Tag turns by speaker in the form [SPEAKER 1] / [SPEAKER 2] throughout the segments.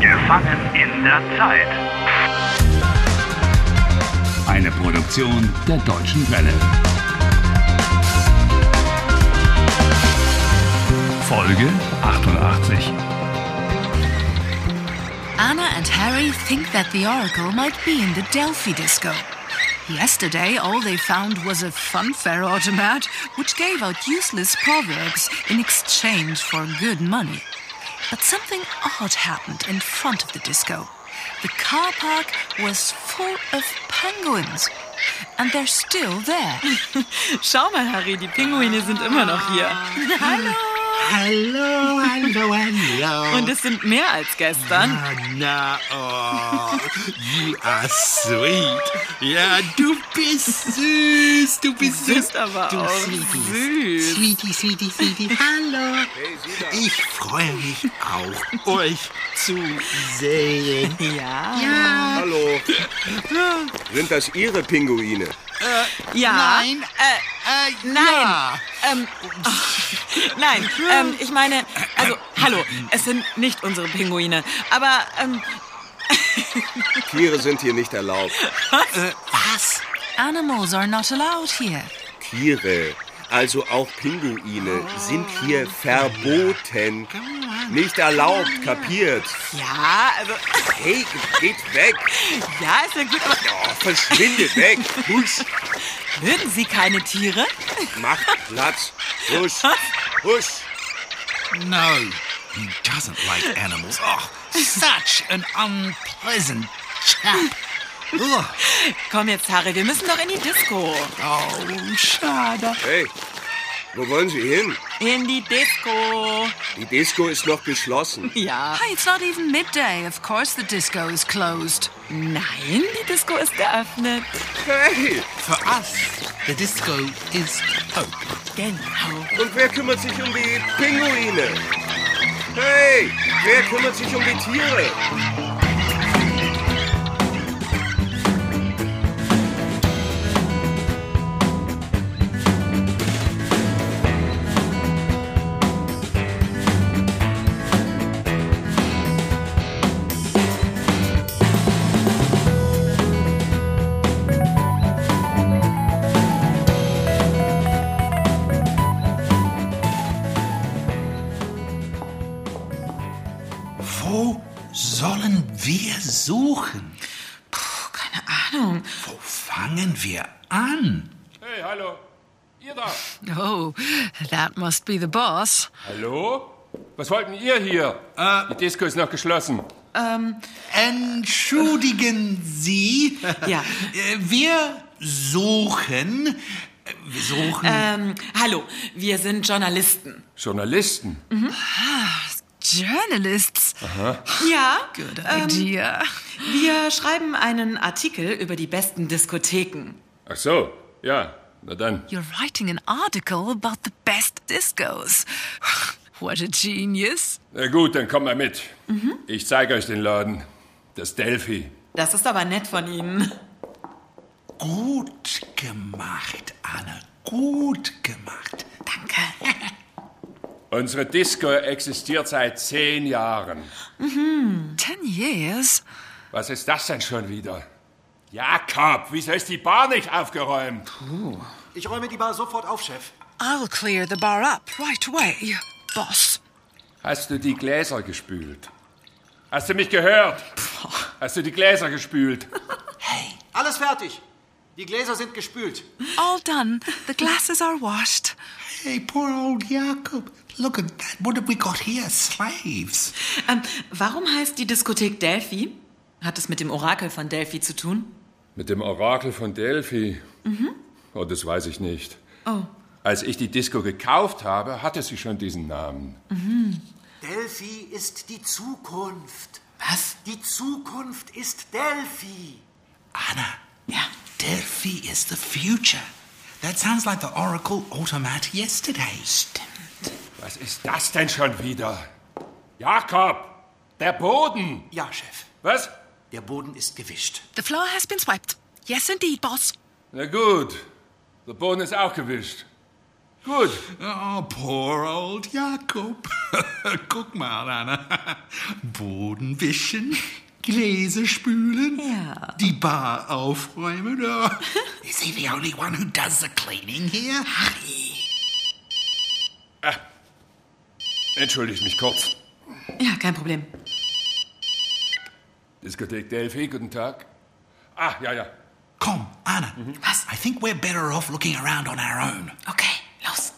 [SPEAKER 1] Gefangen in der Zeit.
[SPEAKER 2] Eine Produktion der Deutschen Welle. Folge 88.
[SPEAKER 3] Anna and Harry think that the Oracle might be in the Delphi Disco. Yesterday, all they found was a funfair automat which gave out useless proverbs in exchange for good money. But something odd happened in front of the disco. The car park was full of penguins, and they're still there.
[SPEAKER 4] Schau mal, Harry, die Pinguine sind immer noch hier.
[SPEAKER 5] Hallo, hallo, hallo.
[SPEAKER 4] Und es sind mehr als gestern.
[SPEAKER 5] Anna, oh, you are sweet. Ja, du bist süß, du bist
[SPEAKER 4] Du
[SPEAKER 5] süß.
[SPEAKER 4] bist aber
[SPEAKER 5] du
[SPEAKER 4] auch
[SPEAKER 5] Sweeties.
[SPEAKER 4] süß.
[SPEAKER 5] Sweetie, sweetie, sweetie, hallo. Ich freue mich auch, euch zu sehen.
[SPEAKER 4] Ja.
[SPEAKER 5] Ja,
[SPEAKER 6] Hallo. Sind das Ihre Pinguine?
[SPEAKER 4] Ja.
[SPEAKER 5] Nein.
[SPEAKER 4] Äh,
[SPEAKER 5] äh,
[SPEAKER 4] nein.
[SPEAKER 5] Ja.
[SPEAKER 4] ähm, nein.
[SPEAKER 3] Hm.
[SPEAKER 4] Ähm, ich meine, also, hallo, es sind nicht unsere Pinguine. Aber, ähm,
[SPEAKER 6] Tiere sind hier nicht erlaubt.
[SPEAKER 5] Was?
[SPEAKER 3] Animals are not allowed here.
[SPEAKER 6] Tiere, also auch Pinguine, sind hier verboten. Nicht erlaubt, kapiert.
[SPEAKER 4] ja, also,
[SPEAKER 6] Hey, geht weg.
[SPEAKER 4] ja, ist ja gut, aber
[SPEAKER 6] Oh, verschwindet weg. Husch,
[SPEAKER 4] mögen Sie keine Tiere?
[SPEAKER 6] macht Platz. Husch, husch.
[SPEAKER 5] No, he doesn't like animals. Oh, such an unpleasant chap. Oh, Ugh.
[SPEAKER 4] Komm jetzt, Harry, wir müssen doch in die Disco.
[SPEAKER 5] Oh, schade.
[SPEAKER 6] Hey, wo wollen Sie hin?
[SPEAKER 4] In die Disco.
[SPEAKER 6] Die Disco ist noch geschlossen.
[SPEAKER 4] Ja.
[SPEAKER 3] Hey, it's not even midday. Of course, the disco is closed.
[SPEAKER 4] Nein, die Disco ist geöffnet.
[SPEAKER 6] Hey,
[SPEAKER 5] For us, the disco is open.
[SPEAKER 4] Genau.
[SPEAKER 6] und wer kümmert sich um die Pinguine? Hey, wer kümmert sich um die Tiere?
[SPEAKER 5] Wo sollen wir suchen?
[SPEAKER 4] Keine Ahnung.
[SPEAKER 5] Wo fangen wir an?
[SPEAKER 7] Hey, hallo. Ihr da.
[SPEAKER 3] Oh, that must be the boss.
[SPEAKER 7] Hallo? Äh. Was wollten ihr hier? Die Disco ist noch geschlossen.
[SPEAKER 5] Entschuldigen Sie.
[SPEAKER 4] Ja.
[SPEAKER 5] Äh, Wir suchen. äh, Wir suchen.
[SPEAKER 4] Ähm, hallo, wir sind Journalisten.
[SPEAKER 7] Journalisten.
[SPEAKER 3] Journalists.
[SPEAKER 4] Ja, ähm,
[SPEAKER 3] Good idea.
[SPEAKER 4] wir schreiben einen Artikel über die besten Diskotheken.
[SPEAKER 7] Ach so, ja. Na dann.
[SPEAKER 3] You're writing an article about the best discos. What a genius.
[SPEAKER 7] Na gut, dann kommt mal mit. Ich zeige euch den Laden. Das Delphi.
[SPEAKER 4] Das ist aber nett von Ihnen.
[SPEAKER 5] Gut gemacht, Anne. Gut gemacht.
[SPEAKER 4] Danke.
[SPEAKER 7] Unsere Disco existiert seit zehn Jahren.
[SPEAKER 3] Ten years?
[SPEAKER 7] Was ist das denn schon wieder? Jakob, wieso ist die Bar nicht aufgeräumt?
[SPEAKER 8] Ich räume die Bar sofort auf, Chef.
[SPEAKER 3] I'll clear the bar up right away, boss.
[SPEAKER 7] Hast du die Gläser gespült? Hast du mich gehört? Hast du die Gläser gespült?
[SPEAKER 8] Alles fertig. Die Gläser sind gespült.
[SPEAKER 3] All done. The glasses are washed.
[SPEAKER 5] Hey, poor old Jakob. Look at that. What have we got here? Slaves.
[SPEAKER 4] Ähm, warum heißt die Diskothek Delphi? Hat es mit dem Orakel von Delphi zu tun?
[SPEAKER 7] Mit dem Orakel von Delphi? Oh, das weiß ich nicht. Als ich die Disco gekauft habe, hatte sie schon diesen Namen.
[SPEAKER 8] Delphi ist die Zukunft.
[SPEAKER 4] Was?
[SPEAKER 8] Die Zukunft ist Delphi.
[SPEAKER 5] Anna. Yeah. Delphi is the future. That sounds like the Oracle automat yesterday.
[SPEAKER 7] Was ist das denn schon wieder? Jakob! Der Boden!
[SPEAKER 8] Ja, Chef.
[SPEAKER 7] Was?
[SPEAKER 8] Der Boden ist gewischt.
[SPEAKER 3] The floor has been swept. Yes, indeed, boss.
[SPEAKER 7] Na gut, der Boden ist auch gewischt. Gut.
[SPEAKER 5] Oh, poor old Jakob. Guck mal, Anna. Boden wischen, Gläser spülen,
[SPEAKER 4] Ja.
[SPEAKER 5] die Bar aufräumen. Oh. Is he the only one who does the cleaning here?
[SPEAKER 7] Entschuldigt mich kurz.
[SPEAKER 4] Ja, kein Problem.
[SPEAKER 7] Diskothek Delphi, guten Tag. Ah, ja, ja.
[SPEAKER 5] Komm, Anna.
[SPEAKER 4] Was?
[SPEAKER 5] I think we're better off looking around on our own.
[SPEAKER 4] Okay, los.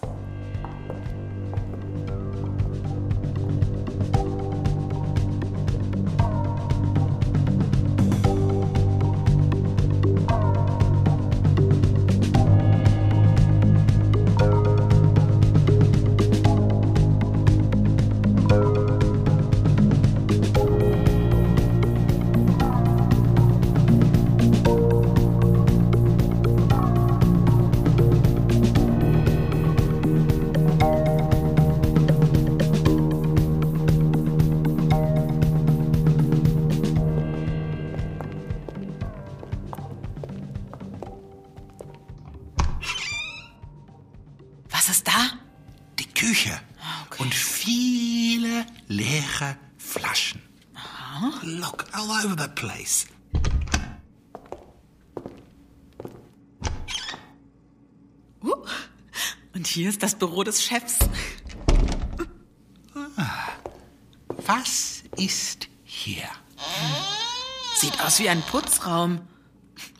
[SPEAKER 4] Was ist da?
[SPEAKER 5] Die Küche. Und viele leere Flaschen. Look all over the place.
[SPEAKER 4] Und hier ist das Büro des Chefs.
[SPEAKER 5] Was ist hier?
[SPEAKER 4] Sieht aus wie ein Putzraum.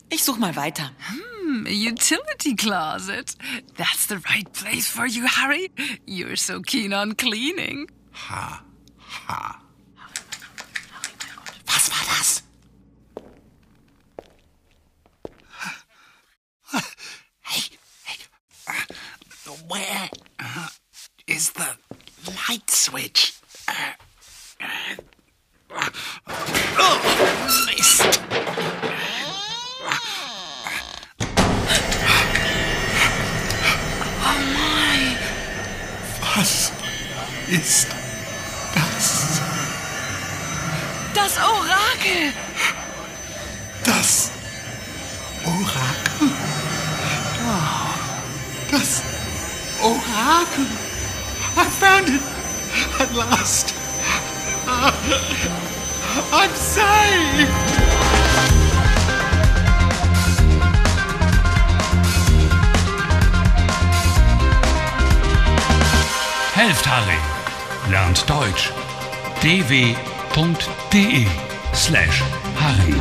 [SPEAKER 4] Ich such mal weiter.
[SPEAKER 3] A utility closet. That's the right place for you, Harry. You're so keen on cleaning.
[SPEAKER 5] Ha, ha. Was war das? Hey, hey. uh, Where uh, is the light switch? Uh, uh, Oh, missed. Was ist das?
[SPEAKER 3] Das Orakel!
[SPEAKER 5] Das Orakel.
[SPEAKER 3] Oh.
[SPEAKER 5] Wow. Das Orakel. I found it at last. Ah, I'm saved.
[SPEAKER 2] Helft Harry. Lernt Deutsch. dw.de slash Harry.